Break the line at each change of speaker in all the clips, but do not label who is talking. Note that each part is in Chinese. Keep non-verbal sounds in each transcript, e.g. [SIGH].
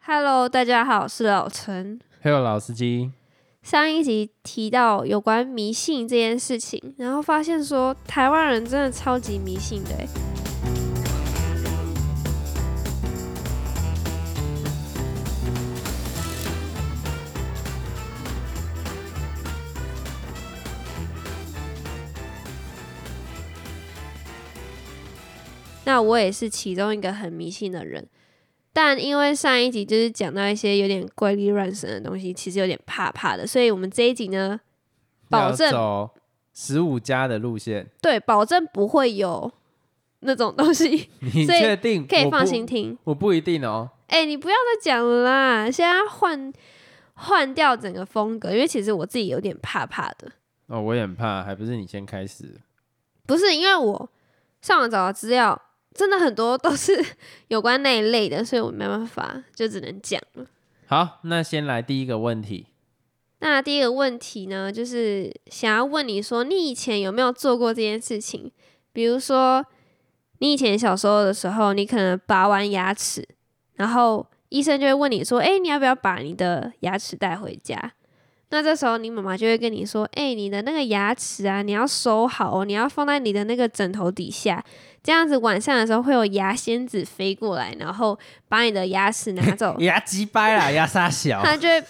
Hello，大家好，我是老陈。
Hello，老司机，
上一集提到有关迷信这件事情，然后发现说台湾人真的超级迷信的欸，那我也是其中一个很迷信的人，但因为上一集就是讲到一些有点怪力乱神的东西，其实有点怕怕的，所以我们这一集呢，保证
要走十五家的路线，
对，保证不会有那种东
[LAUGHS]
西，
你
所以
确定？
可以
我
放
不
心，听。
我不一定哦。
哎、你不要再讲了啦，现在要换换掉整个风格，因为其实我自己有点怕怕的，
哦，我也很怕，还不是你先开始？
不是因为我上网找的资料真的很多都是 [LAUGHS] 有关那一类的，所以我没办法，就只能讲了。
好，那先来第一个问题。
那第一个问题呢，就是想要问你说，你以前有没有做过这件事情？比如说，你以前小时候的时候，你可能拔完牙齿，然后医生就会问你说：“哎、你要不要把你的牙齿带回家？”那这时候你妈妈就会跟你说：“哎、你的那个牙齿啊，你要收好哦，你要放在你的那个枕头底下，这样子晚上的时候会有牙仙子飞过来，然后把你的牙齿拿走。”
牙鸡
[LAUGHS]
掰啦，牙沙小
哦他就会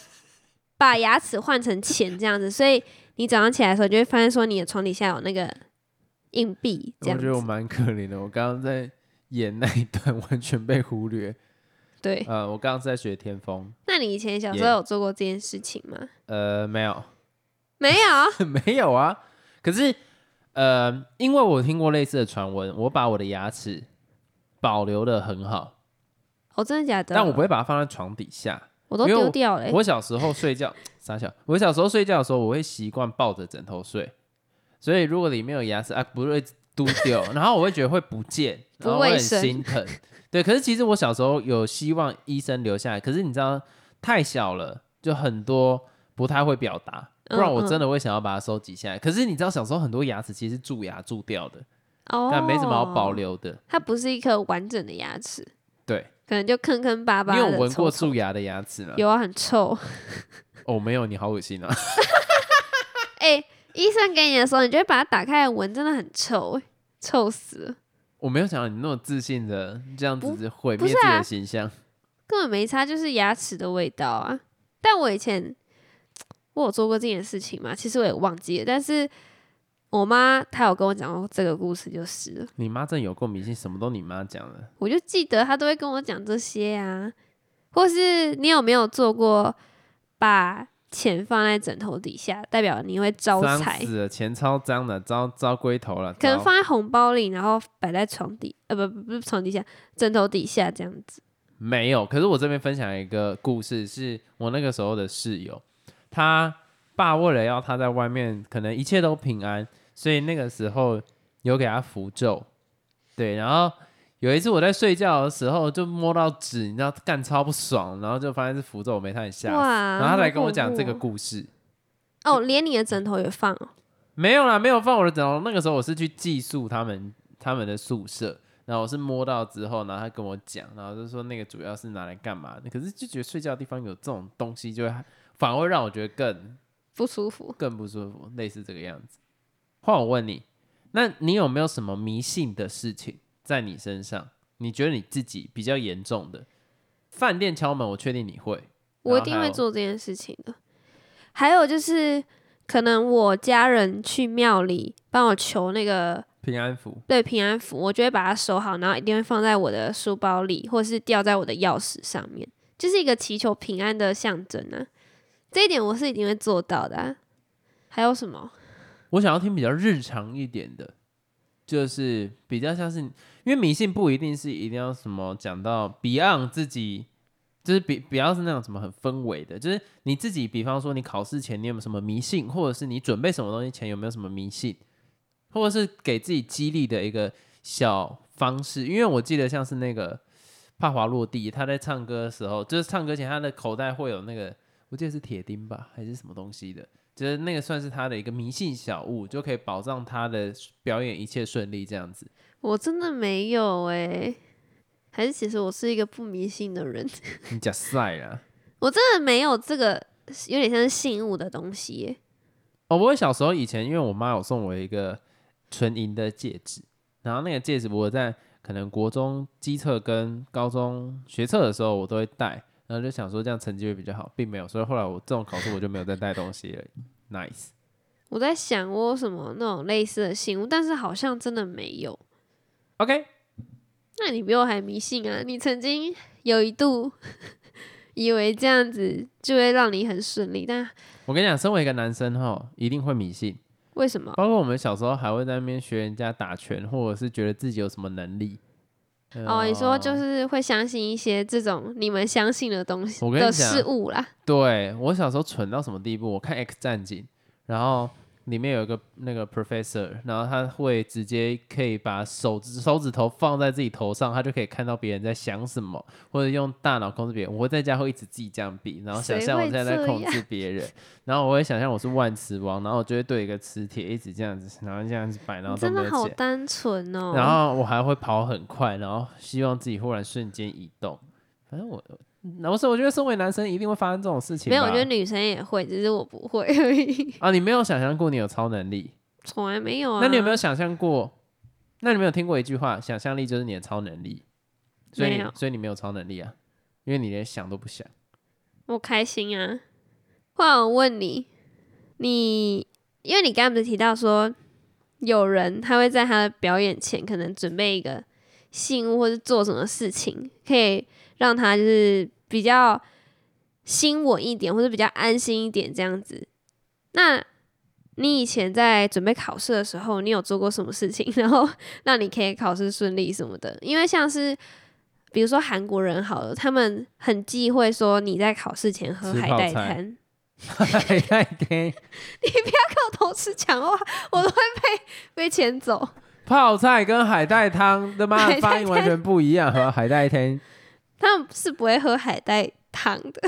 把牙齿换成钱这样子，所以你早上起来的时候就会发现说你的床底下有那个硬币这
我
样
觉得我
子。
蛮可怜的，我刚刚在演那一段完全被忽略。
对，
呃，我刚刚是在学天风，
那你以前小时候有做过这件事情吗？
呃，没有， [LAUGHS]
没有，
没有啊。可是，呃，因为我听过类似的传闻，我把我的牙齿保留的很好，
哦，真的假的？
但我不会把它放在床底下。
我都
因为
丢掉了欸、
我小时候睡觉，傻小，我小时候睡觉的时候，我会习惯抱着枕头睡，所以如果里面有牙齿啊，不会嘟掉，然后我会觉得会不见，
不
然后会
卫
很
生
心疼。对，可是其实我小时候有希望医生留下来，可是你知道太小了，就很多不太会表达，不然我
嗯嗯
真的会想要把它收集下来。可是你知道小时候很多牙齿其实是蛀牙蛀掉的，
哦，
但没什么好保。留的。
它不是一颗完整的牙齿，
对，
可能就坑坑巴巴
你
的。
有闻过
臭
蛀牙的牙齿吗
臭？？有啊，很臭。
哦，没有，你好恶心啊！
哎、医生给你的时候，你就会把它打开来闻，真的很臭、欸，臭死了，
我没有想到你那么自信的这样
不
子毁
不
灭
是
自己
啊
的形象。
根本没差，就是牙齿的味道啊。但我以前我有做过这件事情嘛，其实我也忘记了，但是我妈她有跟我讲过这个故事，就是了
你妈真的有够迷信，什么都你妈讲的。
我就记得她都会跟我讲这些啊。或是你有没有做过把钱放在枕头底下，代表你会招
脏
财？
死了，钱超脏的，糟糟龟头了。
可能
糟
放在红包里，然后摆在床底，呃，不不不是床底下，枕头底下这样子。
没有，可是我这边分享一个故事，是我那个时候的室友，他爸为了要他在外面可能一切都平安，所以那个时候有给他符咒，对，然后有一次我在睡觉的时候就摸到纸，你知道干超不爽，然后就发现是符咒，我没差点吓死，
哇
然后他来
好
跟我
恐
讲
怖
这个
哦
故事，
哦，连你的枕头也放哦。
没有啦，没有放我的枕头。那个时候我是去寄宿他们他们的宿舍，然后我是摸到之后，然后他跟我讲，然后就说那个主要是拿来干嘛的。可是就觉得睡觉的地方有这种东西，就会反而会让我觉得更
不舒服，
更不舒服，类似这个样子。换我问你，那你有没有什么迷信的事情在你身上？你觉得你自己比较严重的？饭店敲门，我确定你会。
我一
然后
定
还
会
有
做这件事情的。还有就是，可能我家人去庙里帮我求那个
平安符。
对平安符，我就会把它收好，然后一定会放在我的书包里，或是吊在我的钥匙上面，就是一个祈求平安的象征啊。这一点我是一定会做到的啊、还有什么？
我想要听比较日常一点的，就是比较像是，因为迷信不一定是一定要什么讲到 Beyond 自己，就是比比较是那种什么很氛围的，就是你自己，比方说你考试前你有没有什么迷信，或者是你准备什么东西前有没有什么迷信，或者是给自己激励的一个小方式。因为我记得像是那个帕华落地，他在唱歌的时候，就是唱歌前他的口袋会有那个，我记得是铁钉吧，还是什么东西的。就是那个算是他的一个迷信小物，就可以保障他的表演一切顺利这样子。
我真的没有诶、哎还是其实我是一个不迷信的人， [LAUGHS]
你假赛啊啦。
我真的没有这个有点像是信物的东西耶。
哦，我小时候以前，因为我妈有送我一个纯银的戒指，然后那个戒指我在可能国中基测跟高中学测的时候，我都会戴，然后就想说这样成绩会比较好，并没有，所以后来我这种考试我就没有再戴东西了。Nice，
我在想我有什么那种类似的信物，但是好像真的没有。
OK，
那你比我还迷信啊！你曾经有一度 [LAUGHS] 以为这样子就会让你很顺利，但
我跟你讲，身为一个男生哈，一定会迷信，
为什么？
包括我们小时候还会在那边学人家打拳，或者是觉得自己有什么能力。
哦，你说就
呃
是会相信一些这种你们相信的东西
我跟你
的
讲
事物啦。
对我小时候蠢到什么地步？我看《X 战警》，然后里面有一个那个 professor，然后他会直接可以把手指手指头放在自己头上，他就可以看到别人在想什么，或者用大脑控制别人。我在家会一直自己这样比，然后想
谁
象我
会
现在在
这
控
样
制别人，然后我会想象我是万磁王，然后我就会对一个磁铁一直这样子，然后这样子摆，然后
你
都
真
没有
的好
解。
单纯哦。
然后我还会跑很快，然后希望自己忽然瞬间移动。反正我，那我是我觉得身为男生一定会发生这种事情吧。
没有，我觉得女生也会，只是我不会而已， [LAUGHS]
啊，你没有想象过你有超能力？
从来没有啊。
那你有没有想象过？那你没有听过一句话，想象力就是你的超能力，所以
没
你
有
所以你没有超能力啊，因为你连想都不想。 [LAUGHS]
我开心啊。话我问你，你因为你刚刚不是提到说，有人他会在他的表演前可能准备一个信物，或是做什么事情，可以让他就是比较心稳一点，或者比较安心一点这样子。那你以前在准备考试的时候，你有做过什么事情， [LAUGHS] 然后让你可以考试顺利什么的？因为像是比如说韩国人好了，他们很忌讳说你在考试前喝
吃
海
泡
带
菜
汤。
海带汤、
我同事讲话，我都会被被遣走。
泡菜跟海带汤，他妈
海
的
带
发音完全不一样。和海带汤，
[LAUGHS] 他们是不会喝海带汤的，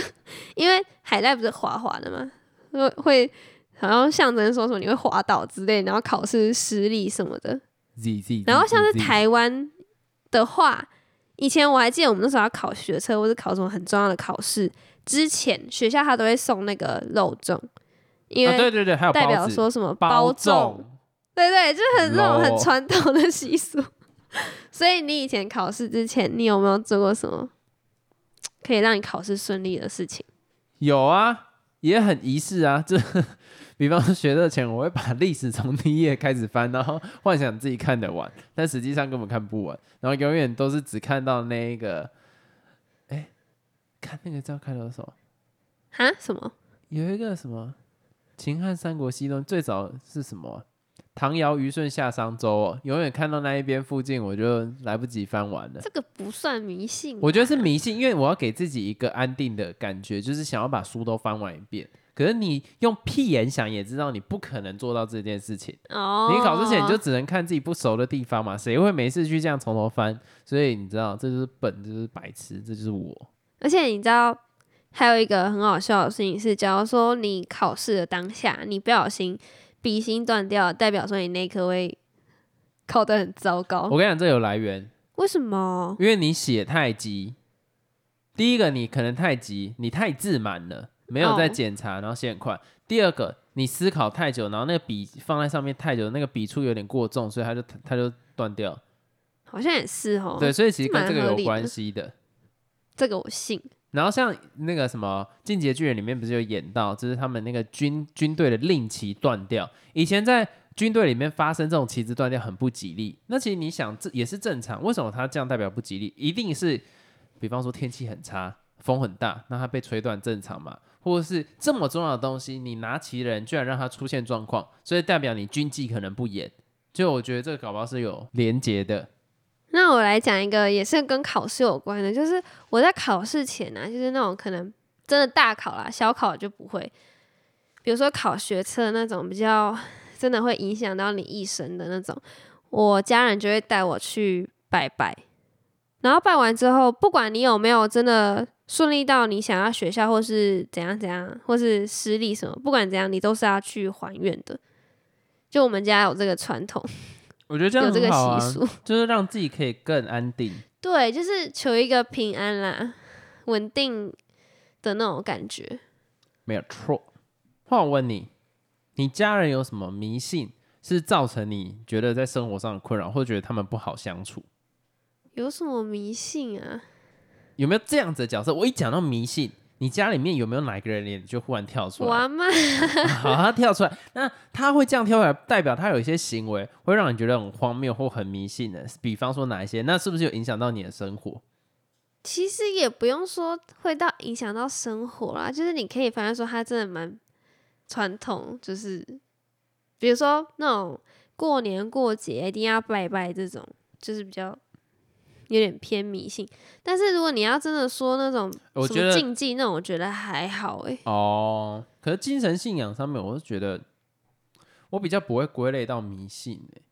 因为海带不是滑滑的吗？会会好像象征说什么你会滑倒之类，然后考试失利什么的。
z z，
然后像是
Z，Z，
台湾的话，以前我还记得我们那时候要考学测或者考什么很重要的考试之前，学校他都会送那个肉粽，因
啊对
为
对对，还有
代
包
表
子、
说什么
包
粽，对对，就是很那种
low 哦
很传统的习俗。 [LAUGHS] 所以你以前考试之前，你有没有做过什么可以让你考试顺利的事情？
有啊，也很仪式啊。这比方说学测前，我会把 [LAUGHS] 历史从第一页开始翻，然后幻想自己看得完，但实际上根本看不完，然后永远都是只看到那一个，哎、看那个叫开头是什么？
哈？什么？
有一个什么秦汉三国西东最早是什么啊、唐尧虞舜夏商周哦，永远看到那一边附近，我就来不及翻完了。
这个不算迷信吧，
呃我觉得是迷信，因为我要给自己一个安定的感觉，就是想要把书都翻完一遍。可是你用屁眼想也知道，你不可能做到这件事情。
哦，
你考试前你就只能看自己不熟的地方嘛，谁会没事去这样从头翻？所以你知道，这就是笨，这就是白痴，这就是我。
而且你知道，还有一个很好笑的事情是，假如说你考试的当下，你不小心笔芯断掉，代表说你那一科会考得很糟糕
我。跟你讲，这有来源，
为什么？
因为你写太急。第一个，你可能太急，你太自满了，没有在
哦
检查，然后写很快。第二个，你思考太久，然后那个笔放在上面太久，那个笔触有点过重，所以它就它就断掉。
好像也是哦。
对，，所以其实跟
蛮
这个
合
有
理
关
的
系的。
这个我信。
然后像那个什么《进击的巨人》里面不是有演到，就是他们那个军军队的令旗断掉。以前在军队里面发生这种旗子断掉很不吉利。那其实你想，这也是正常。为什么它这样代表不吉利？一定是，比方说天气很差，风很大，那它被吹断正常嘛？或者是这么重要的东西，你拿旗的人居然让它出现状况，所以代表你军纪可能不严。就我觉得这个搞不好是有连结的。
那我来讲一个也是跟考试有关的，就是我在考试前啊，就是那种可能真的大考啦，小考就不会。比如说考学测那种比较真的会影响到你一生的那种，我家人就会带我去拜拜，然后拜完之后，不管你有没有真的顺利到你想要学校或是怎样怎样，或是失利什么，不管怎样，你都是要去还愿的。就我们家有这个传统，
我觉得这
有
样
这个
很好啊
习俗。
就是让自己可以更安定。
对，就是求一个平安啦，稳定的那种感觉。
没有错。换我问你，你家人有什么迷信是造成你觉得在生活上的困扰，或觉得他们不好相处？
有什么迷信啊？
有没有这样子的角色？我一讲到迷信，你家里面有没有哪一个人脸就忽然跳出
我
来？
阿妈
[LAUGHS]
[LAUGHS]
好，他跳出来，那他会这样跳出来，代表他有一些行为会让你觉得很荒谬或很迷信的。比方说哪一些？那是不是有影响到你的生活？
其实也不用说会到影响到生活啦，就是你可以发现说他真的蛮传统，就是比如说那种过年过节一定要拜拜这种，就是比较有点偏迷信。但是如果你要真的说那种
我
什
觉
么
得
禁忌那种，我觉得还好欸诶、
哦，可是精神信仰上面，我是觉得我比较不会归类到迷信、欸、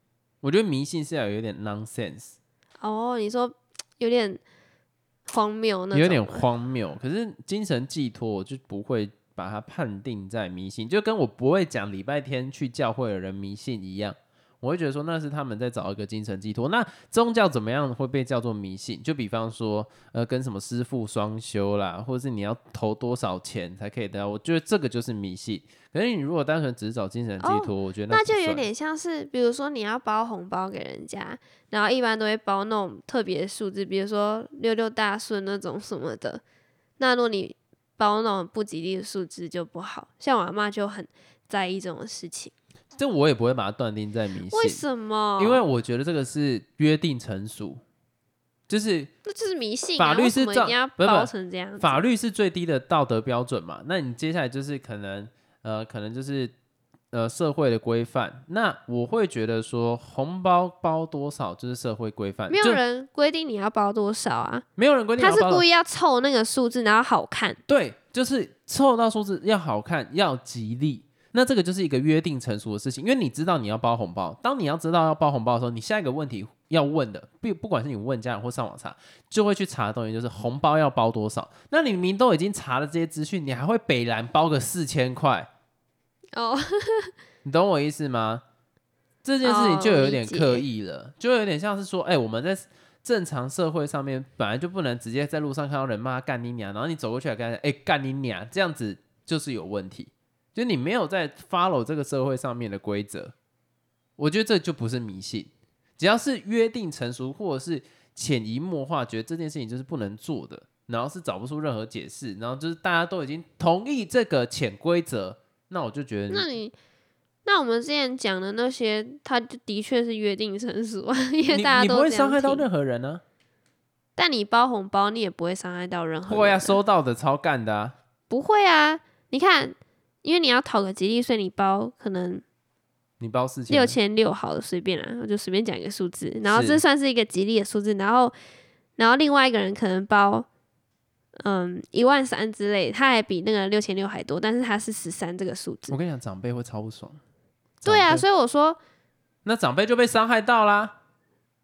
我觉得迷信是要有一点 nonsense，
哦，你说有点荒谬那种吗，
有点荒谬。可是精神寄托，我就不会把它判定在迷信，就跟我不会讲礼拜天去教会的人迷信一样。我会觉得说那是他们在找一个精神寄托。那宗教怎么样会被叫做迷信？就比方说，呃，跟什么师傅双修啦，或者是你要投多少钱才可以得到？我觉得这个就是迷信。可是你如果单纯只是找精神寄托，我觉得
哦那
不
就有
算
点像是，比如说你要包红包给人家，然后一般都会包那种特别的数字，比如说六六大顺那种什么的。那如果你包那种不吉利的数字就不好，像我阿妈就很在意这种事情。
这我也不会把它断定在迷
为
信，
什么？
因为我觉得这个是约定成熟，就是
那就是迷信、啊，
法律
为
是
什么一
照
定要
不是不是
包成这样子。
法律是最低的道德标准嘛。那你接下来就是可能呃，可能就是呃社会的规范。那我会觉得说，红包包多少就是社会规范，
没有
就
人规定你要包多少啊，
没有人规定
他
要
是
包多
故
少
意要凑那个数字，然后好看。
对，就是凑到数字要好看，要吉利。那这个就是一个约定成熟的事情，因为你知道你要包红包。当你要知道要包红包的时候，你下一个问题要问的，不不管是你问家人或上网查，就会去查的东西就是红包要包多少。那你明明都已经查了这些资讯，你还会北蓝包个四千块，
哦，
你懂我意思吗？这件事情
哦
就有点
理解
刻意了，就有点像是说，哎、我们在正常社会上面本来就不能直接在路上看到人骂他干你娘，然后你走过去还跟他讲，哎、干你娘，这样子就是有问题，就你没有在 follow 这个社会上面的规则，我觉得这就不是迷信，只要是约定成熟或者是潜移默化，觉得这件事情就是不能做的，然后是找不出任何解释，然后就是大家都已经同意这个潜规则，那我就觉得你
那你，那我们之前讲的那些，它就的确是约定成熟啊，因为
你
大家
你
都
不会
这
伤
样
害到
听
任何人啊呢、
但你包红包，你也不会伤害到任
啊，
何
会
人
啊，
啊，
收到的超干的啊，
不会啊。你看，因为你要讨个吉利，所以你包可能
你包四千，
六千六好了，随便啦，我就随便讲一个数字，然后
是
这算是一个吉利的数字，然后然后另外一个人可能包嗯一万三之类，他还比那个六千六还多，但是他是十三这个数字
我，跟你讲，长辈会超不爽。
对啊，
哦长辈
所以我说
那长辈就被伤害到啦。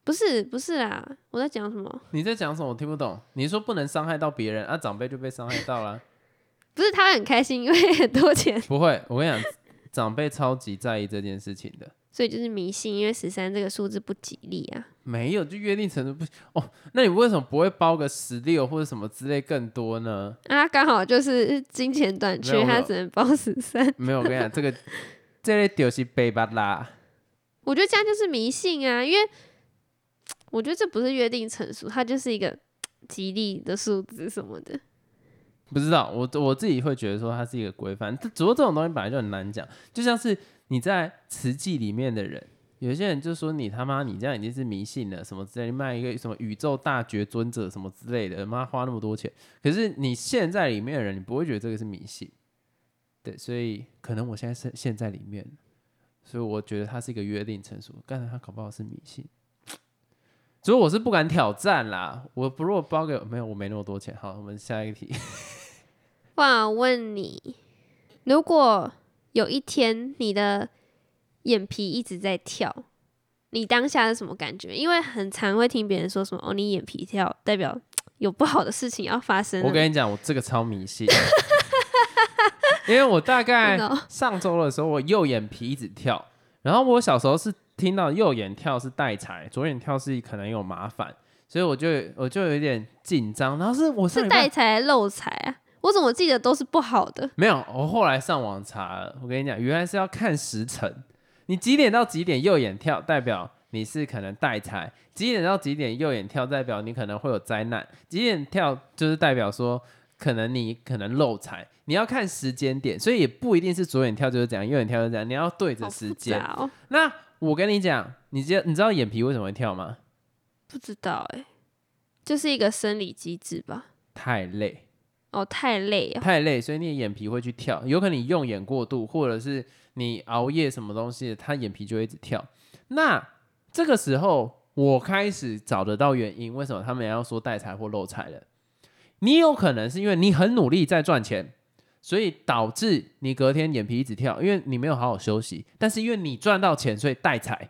不是不是啦，我在讲什么？
你在讲什么？我听不懂。你说不能伤害到别人，啊，长辈就被伤害到啦。 [LAUGHS]
不是他很开心， [LAUGHS] 因为很多钱，
不会，我跟你讲，长辈超级在意这件事情的。
所以就是迷信，因为十三这个数字不吉利啊。
没有，就约定程度不行哦。那你为什么不会包个十六或者什么之类更多呢？
啊，刚好就是金钱短
没
缺，
有没
他
有
只能包十三。
没有，我跟你讲，这个这类就是背吧啦。
我觉得这样就是迷信啊，因为我觉得这不是约定成熟，它就是一个吉利的数字什么的。
不知道，我我自己会觉得说它是一个规范，只不过这种东西本来就很难讲，就像是你在慈济里面的人，有些人就说你他妈你这样已经是迷信了什么之类，卖一个什么宇宙大觉尊者什么之类的，妈花那么多钱，可是你现在里面的人，你不会觉得这个是迷信，对，所以可能我现在是现在里面，所以我觉得它是一个约定成熟，但是它搞不好是迷信。所以我是不敢挑战啦，我不如果包给没有，我没那么多钱。好，我们下一个题。
不然我问你，如果有一天你的眼皮一直在跳，你当下是什么感觉？因为很常会听别人说什么“哦，你眼皮跳代表有不好的事情要发生了”，
我跟你讲，我这个超迷信， [LAUGHS] 因为我大概
真的哦
上周的时候，我右眼皮一直跳，然后我小时候是听到右眼跳是带财，左眼跳是可能有麻烦，所以我就我就有一点紧张。然后是我上
是
礼拜
带财还是漏财啊？我怎么记得都是不好的？
没有，我后来上网查了，我跟你讲，原来是要看时辰，你几点到几点右眼跳，代表你是可能带财；几点到几点右眼跳，代表你可能会有灾难；几点跳就是代表说可能你可能漏财。你要看时间点，所以也不一定是左眼跳就是这样，右眼跳就是这样，你要对着
好
时
复
间。
杂哦，
那我跟你讲，你知你知道眼皮为什么会跳吗？
不知道哎、就是一个生理机制吧。
太累。
哦，太累啊，
太累，所以你的眼皮会去跳，有可能你用眼过度，或者是你熬夜什么东西的，它眼皮就会一直跳。那这个时候，我开始找得到原因，为什么他们要说带财或漏财了？你有可能是因为你很努力在赚钱，所以导致你隔天眼皮一直跳，因为你没有好好休息。但是因为你赚到钱，所以带财。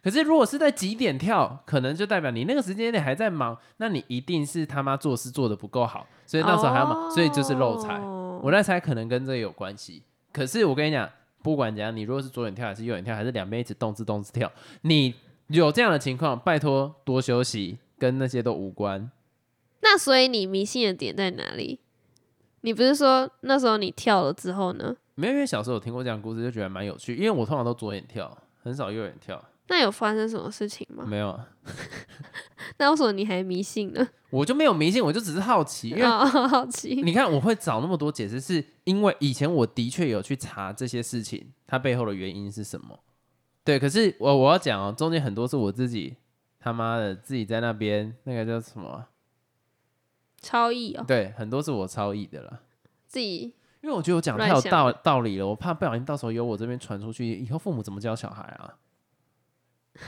可是如果是在几点跳，可能就代表你那个时间点还在忙，那你一定是他妈做事做的不够好，所以那时候还要忙，所以就是漏财。
哦
我在猜可能跟这个有关系。可是我跟你讲，不管怎样，你如果是左眼跳还是右眼跳，还是两边一直动次动次跳，你有这样的情况，拜托多休息，跟那些都无关。
那所以你迷信的点在哪里？你不是说那时候你跳了之后呢？
没有，因为小时候有听过这样的故事，就觉得蛮有趣。因为我通常都左眼跳，很少右眼跳。
那有发生什么事情吗？
没有，啊，
那为什么你还迷信呢？
我就没有迷信，我就只是好奇。因为
哦，好 [LAUGHS] 奇。
你看，我会找那么多解释，是因为以前我的确有去查这些事情，它背后的原因是什么。对，可是我我要讲哦，中间很多是我自己他妈的自己在那边那个叫什么啊、
超意哦，
对，很多是我超意的啦。
自己
因为我觉得我讲得太
乱
有
想
道道理了，我怕不小心到时候由我这边传出去，以后父母怎么教小孩啊？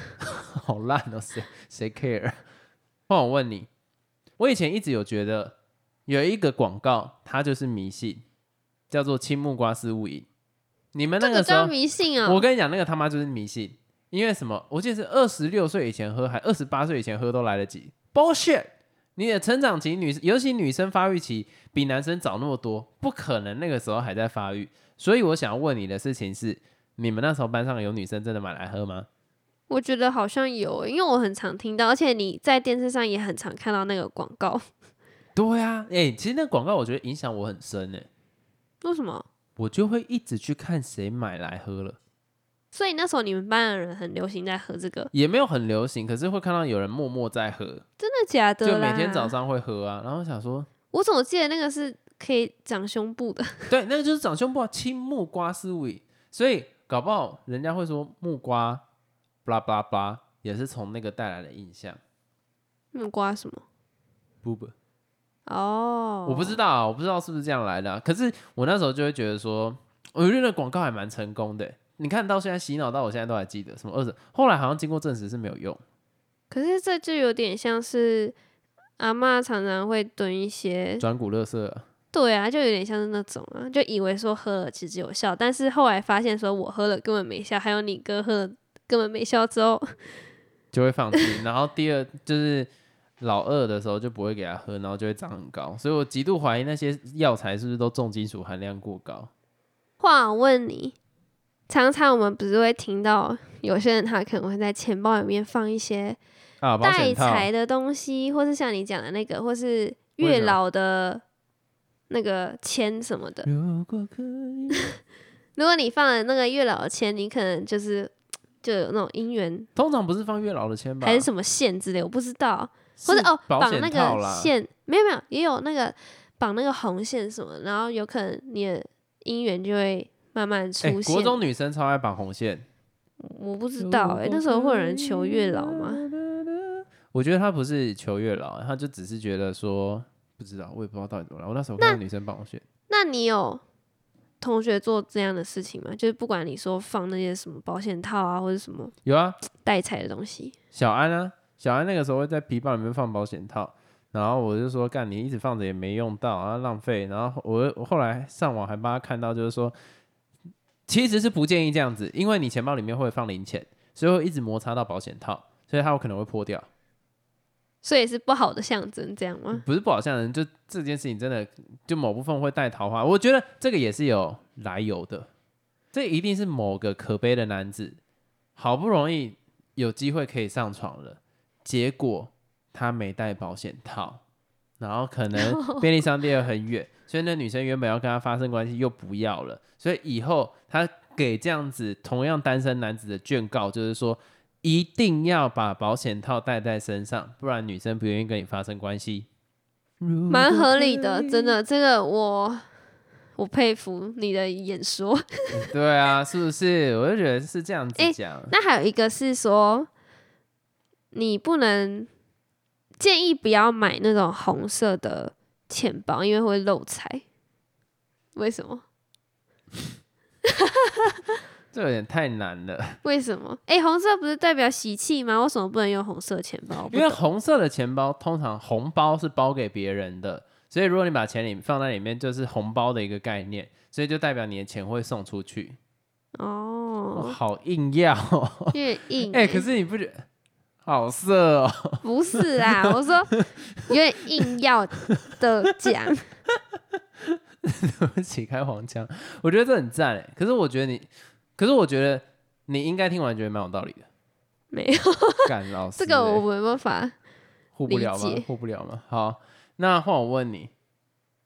[LAUGHS] 好烂哦，谁谁 care？换我问你，我以前一直有觉得有一个广告，它就是迷信，叫做青木瓜丝雾影。你们那
这个
时候
叫迷信啊、
我跟你讲，那个他妈就是迷信，因为什么？我记得是二十六岁以前喝，还二十八岁以前喝都来得及。bullshit！你的成长期女，尤其女生发育期比男生早那么多，不可能那个时候还在发育。所以我想问你的事情是，你们那时候班上有女生真的买来喝吗？
我觉得好像有，欸因为我很常听到，而且你在电视上也很常看到那个广告。
对啊，哎、其实那个广告我觉得影响我很深诶、欸
为什么？
我就会一直去看谁买来喝了，
所以那时候你们班的人很流行在喝这个，
也没有很流行，可是会看到有人默默在喝，
真的假的
就
啦？
每天早，上会喝啊。然后想说，
我怎么记得那个是可以长胸部的？ [LAUGHS]
[LAUGHS] 对，那个就是长胸部啊，青木瓜思维，所以搞不好人家会说木瓜，巴拉巴拉巴拉，也是从那个带来的印象。
木瓜什么？
不不，
哦，
我不知道啊，我不知道是不是这样来的啊、可是我那时候就会觉得说，哦我觉得那广告还蛮成功的欸。你看到现在洗脑到我现在都还记得什么二十，后来好像经过证实是没有用。
可是这就有点像是阿嬷常常会囤一些，
转骨乐色啊，
对啊，就有点像是那种啊，就以为说喝了其实有效，但是后来发现说我喝了根本没效，还有你哥喝了根本没效之后，
就会放弃，然后第二就是老二的时候就不会给他喝，然后就会长很高。所以我极度怀疑那些药材是不是都重金属含量过高。
话我问你，常常我们不是会听到有些人他可能会在钱包里面放一些
啊，保
带
险套。
财的东西，或是像你讲的那个，或是
为
月
什么
老的那个签什么的。
如果可以，
如果你放了那个月老的签，你可能就是就有那种姻缘
通常不是放月老的签吧？
还是什么线之类，我不知道，或者
是
哦
保
绑
险
那
套
个
啦
线，没有没有，也有那个绑那个红线什么，然后有可能你的姻缘就会慢慢
哎、
出现。
国中女生超爱绑红线，
我不知道哎、那时候会有人求月老吗？？
我觉得她不是求月老，她就只是觉得说不知道，我也不知道到底怎么了。我那时候看到女生绑红线，
那你有同学做这样的事情吗？就是不管你说放那些什么保险套啊，或者什么
有啊，
带财的东西，
小安啊，小安那个时候会在皮包里面放保险套，然后我就说干，你一直放着也没用到，然后浪费。然后我我后来上网还帮他看到，就是说其实是不建议这样子，因为你钱包里面会放零钱，所以会一直摩擦到保险套，所以它有可能会破掉。
所以是不好的象征，这样吗？
不是不好像人，就这件事情真的就某部分会带桃花，我觉得这个也是有来由的，这一定是某个可悲的男子好不容易有机会可以上床了，结果她没带保险套，然后可能便利商店又很远，所以那女生原本要跟他发生关系又不要了，所以以后她给这样子同样单身男子的劝告就是说。一定要把保险套带在身上，不然女生不愿意跟你发生关系。嗯
蛮合理的，真的，这个我我佩服你的演说。
[LAUGHS]
[LAUGHS]
对啊，是不是？我就觉得是这样子
诶
讲。
那还有一个是说，你不能建议不要买那种红色的钱包，因为会漏财。为什么？
这有点太难了，
为什么？诶，红色不是代表喜气吗？为什么不能用红色钱包？我哦不
因为
懂
红色的钱包通常红包是包给别人的，所以如果你把钱里放在里面，就是红包的一个概念，所以就代表你的钱会送出去。哦、
哦，嗯
好硬要、哦，
越硬、
[LAUGHS] 哎、可是你不觉得好色哦？ [LAUGHS]
不是啊？我说有点硬要的讲，
对不起，开黄腔，我觉得这很赞哎。可是我觉得你，可是我觉得你应该听完觉得蛮有道理的。
[LAUGHS] 没有
干老师
这
欸，
个我没办法。
互不了
理
吗
解？
互不了吗？好，那换我问你，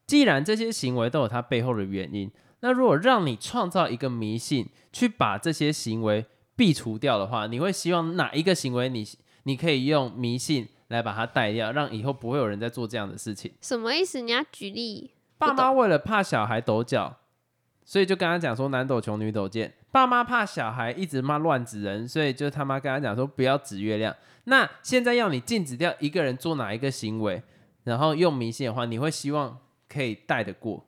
既然这些行为都有它背后的原因，那如果让你创造一个迷信，去把这些行为避除掉的话，你会希望哪一个行为你你可以用迷信来把它带掉，让以后不会有人再做这样的事情？
什么意思？你要举例？不
爸
懂
妈为了怕小孩抖脚，所以就跟他讲说男抖穷女抖贱。爸妈怕小孩一直骂乱指人，所以就他妈跟他讲说不要指月亮。那现在要你禁止掉一个人做哪一个行为，然后用迷信的话，你会希望可以带得过？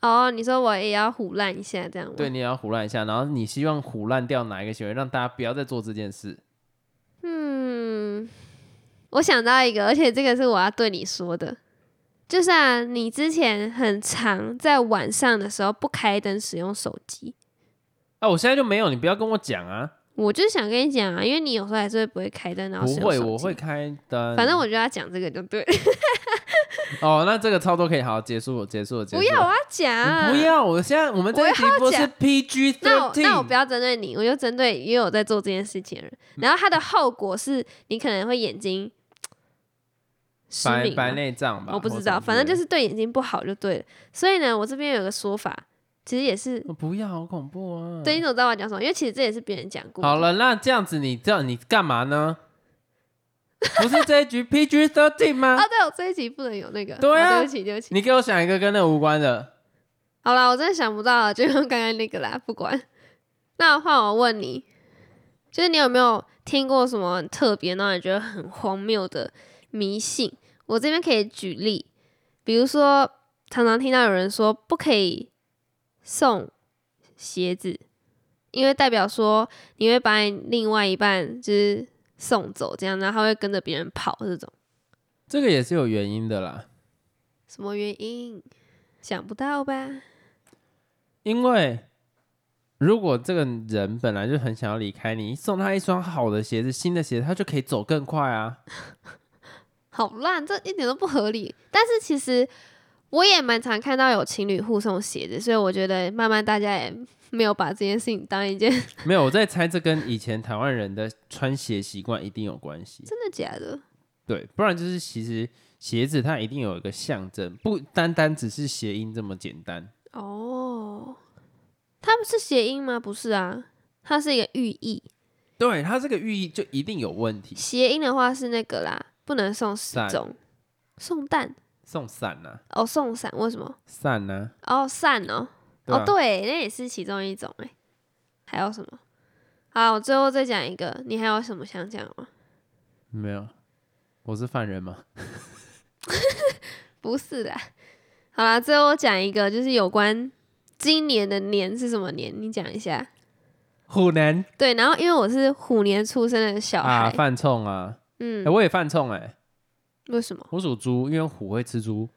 哦，你说我也要胡乱一下这样吗？
对，你也要胡乱一下，然后你希望胡乱掉哪一个行为，让大家不要再做这件事。
嗯，我想到一个，而且这个是我要对你说的，就是啊，你之前很常在晚上的时候不开灯使用手机，
啊，我现在就没有，你不要跟我讲啊！
我就想跟你讲啊，因为你有时候还是会不会开灯，然后
不
使用
会，
手
我
机
会，开灯。
反正我就要讲这个就对
[LAUGHS]
了，
哦，那这个操作可以好结束，结束，结束。
不要，我要
啊你
讲，啊
不。要！我现在我们这一集播是
讲
PG
那我
thirteen，
那我不要针对你，我就针对也有在做这件事情的人。然后它的后果是你可能会眼睛失
白
明
白
吗
内障吧，
我不
或
知
什么
道，
之
反正就
类
是对眼睛不好就对了。所以呢，我这边有个说法，其实也是
的、我不要，好恐怖啊！
对，你，怎么知道我要讲什么？因为其实这也是别人讲过的。
好了，那这样子你这样你干
[LAUGHS]
嘛呢？不是这一局 PG thirteen 吗
啊，？对，我这一集不能有那个。
对啊
哦对不起，对不起。
你给我想一个跟那无关的，
好啦，我真的想不到了，啊就用刚刚那个啦，不管。那换我问你，就是你有没有听过什么很特别让你觉得很荒谬的迷信？我这边可以举例，比如说常常听到有人说不可以送鞋子，因为代表说你会把你另外一半就是送走，这样，然后他会跟着别人跑这种。
这个也是有原因的啦，
什么原因？想不到吧？
因为如果这个人本来就很想要离开你，送他一双好的鞋子、新的鞋子，他就可以走更快啊。
好烂，这一点都不合理。但是其实我也蛮常看到有情侣互送鞋子，所以我觉得慢慢大家也没有把这件事情当一件 [LAUGHS] 真
没有，我在猜这跟以前台湾人的穿鞋习惯一定有关系。
的假的。
对，不然就是其实鞋子它一定有一个象征，不单单只是谐音这么简单。
哦，它不是谐音吗？不是啊，它是一个寓意。
对，它这个寓意就一定有问题。
谐音的话是那个啦，不能送时
伞
钟，送蛋
送伞呐、啊，
哦，送伞为什么？
伞呐、
哦，伞哦，
对
哦，
啊
对，那也是其中一种哎。还有什么？好，我最后再讲一个，你还有什么想讲吗？
没有，我是犯人吗？
不是的。好啦，最后我讲一个，就是有关今年的年是什么年，你讲一下。
虎男
对，然后因为我是虎年出生的小孩，
啊，犯冲啊，哎、
嗯，
我也犯冲哎、
为什么
我属猪，因为虎会吃猪，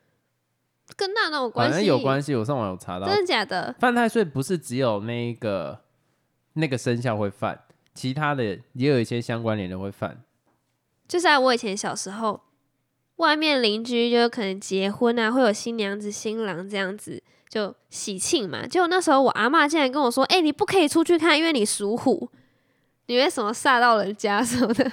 跟那那有
反
关
正
系？
有关系。我上网有查到，
真的假的？
犯太岁不是只有那一个那个生肖会犯，其他的也有一些相关联的会犯。
就是啊，我以前小时候，外面邻居就可能结婚啊，会有新娘子、新郎这样子，就喜庆嘛。结果那时候我阿嬷竟然跟我说：“哎、你不可以出去看，因为你属虎。”你为什么吓到人家什么的？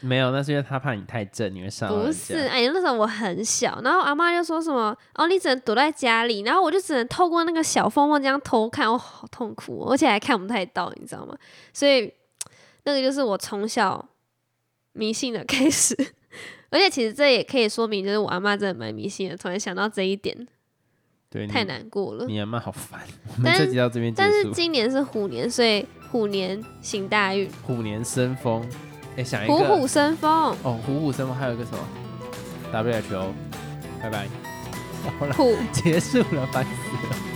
没有，那是因为他怕你太正，你会上到
不
人
是，
家，
哎、那时候我很小，然后阿妈就说什么哦，你只能躲在家里，然后我就只能透过那个小缝缝这样偷看，我、好痛苦哦、而且还看不太到，你知道吗？所以那个就是我从小迷信的 [LAUGHS] 开始，而且其实这也可以说明，就是我阿妈真的蛮迷信的。突然想到这一点，
嗯对，
太
你。
难过了。
你阿妈好
[LAUGHS]
烦，我们
呃但
这集到这边结
但是
束。
今年是虎年，所以虎年行大运，
虎年生风，哎、想一个
虎虎生风，
哦，虎虎生风，还有一个什么 WHO，拜拜，好了，
虎
结束了，烦死了。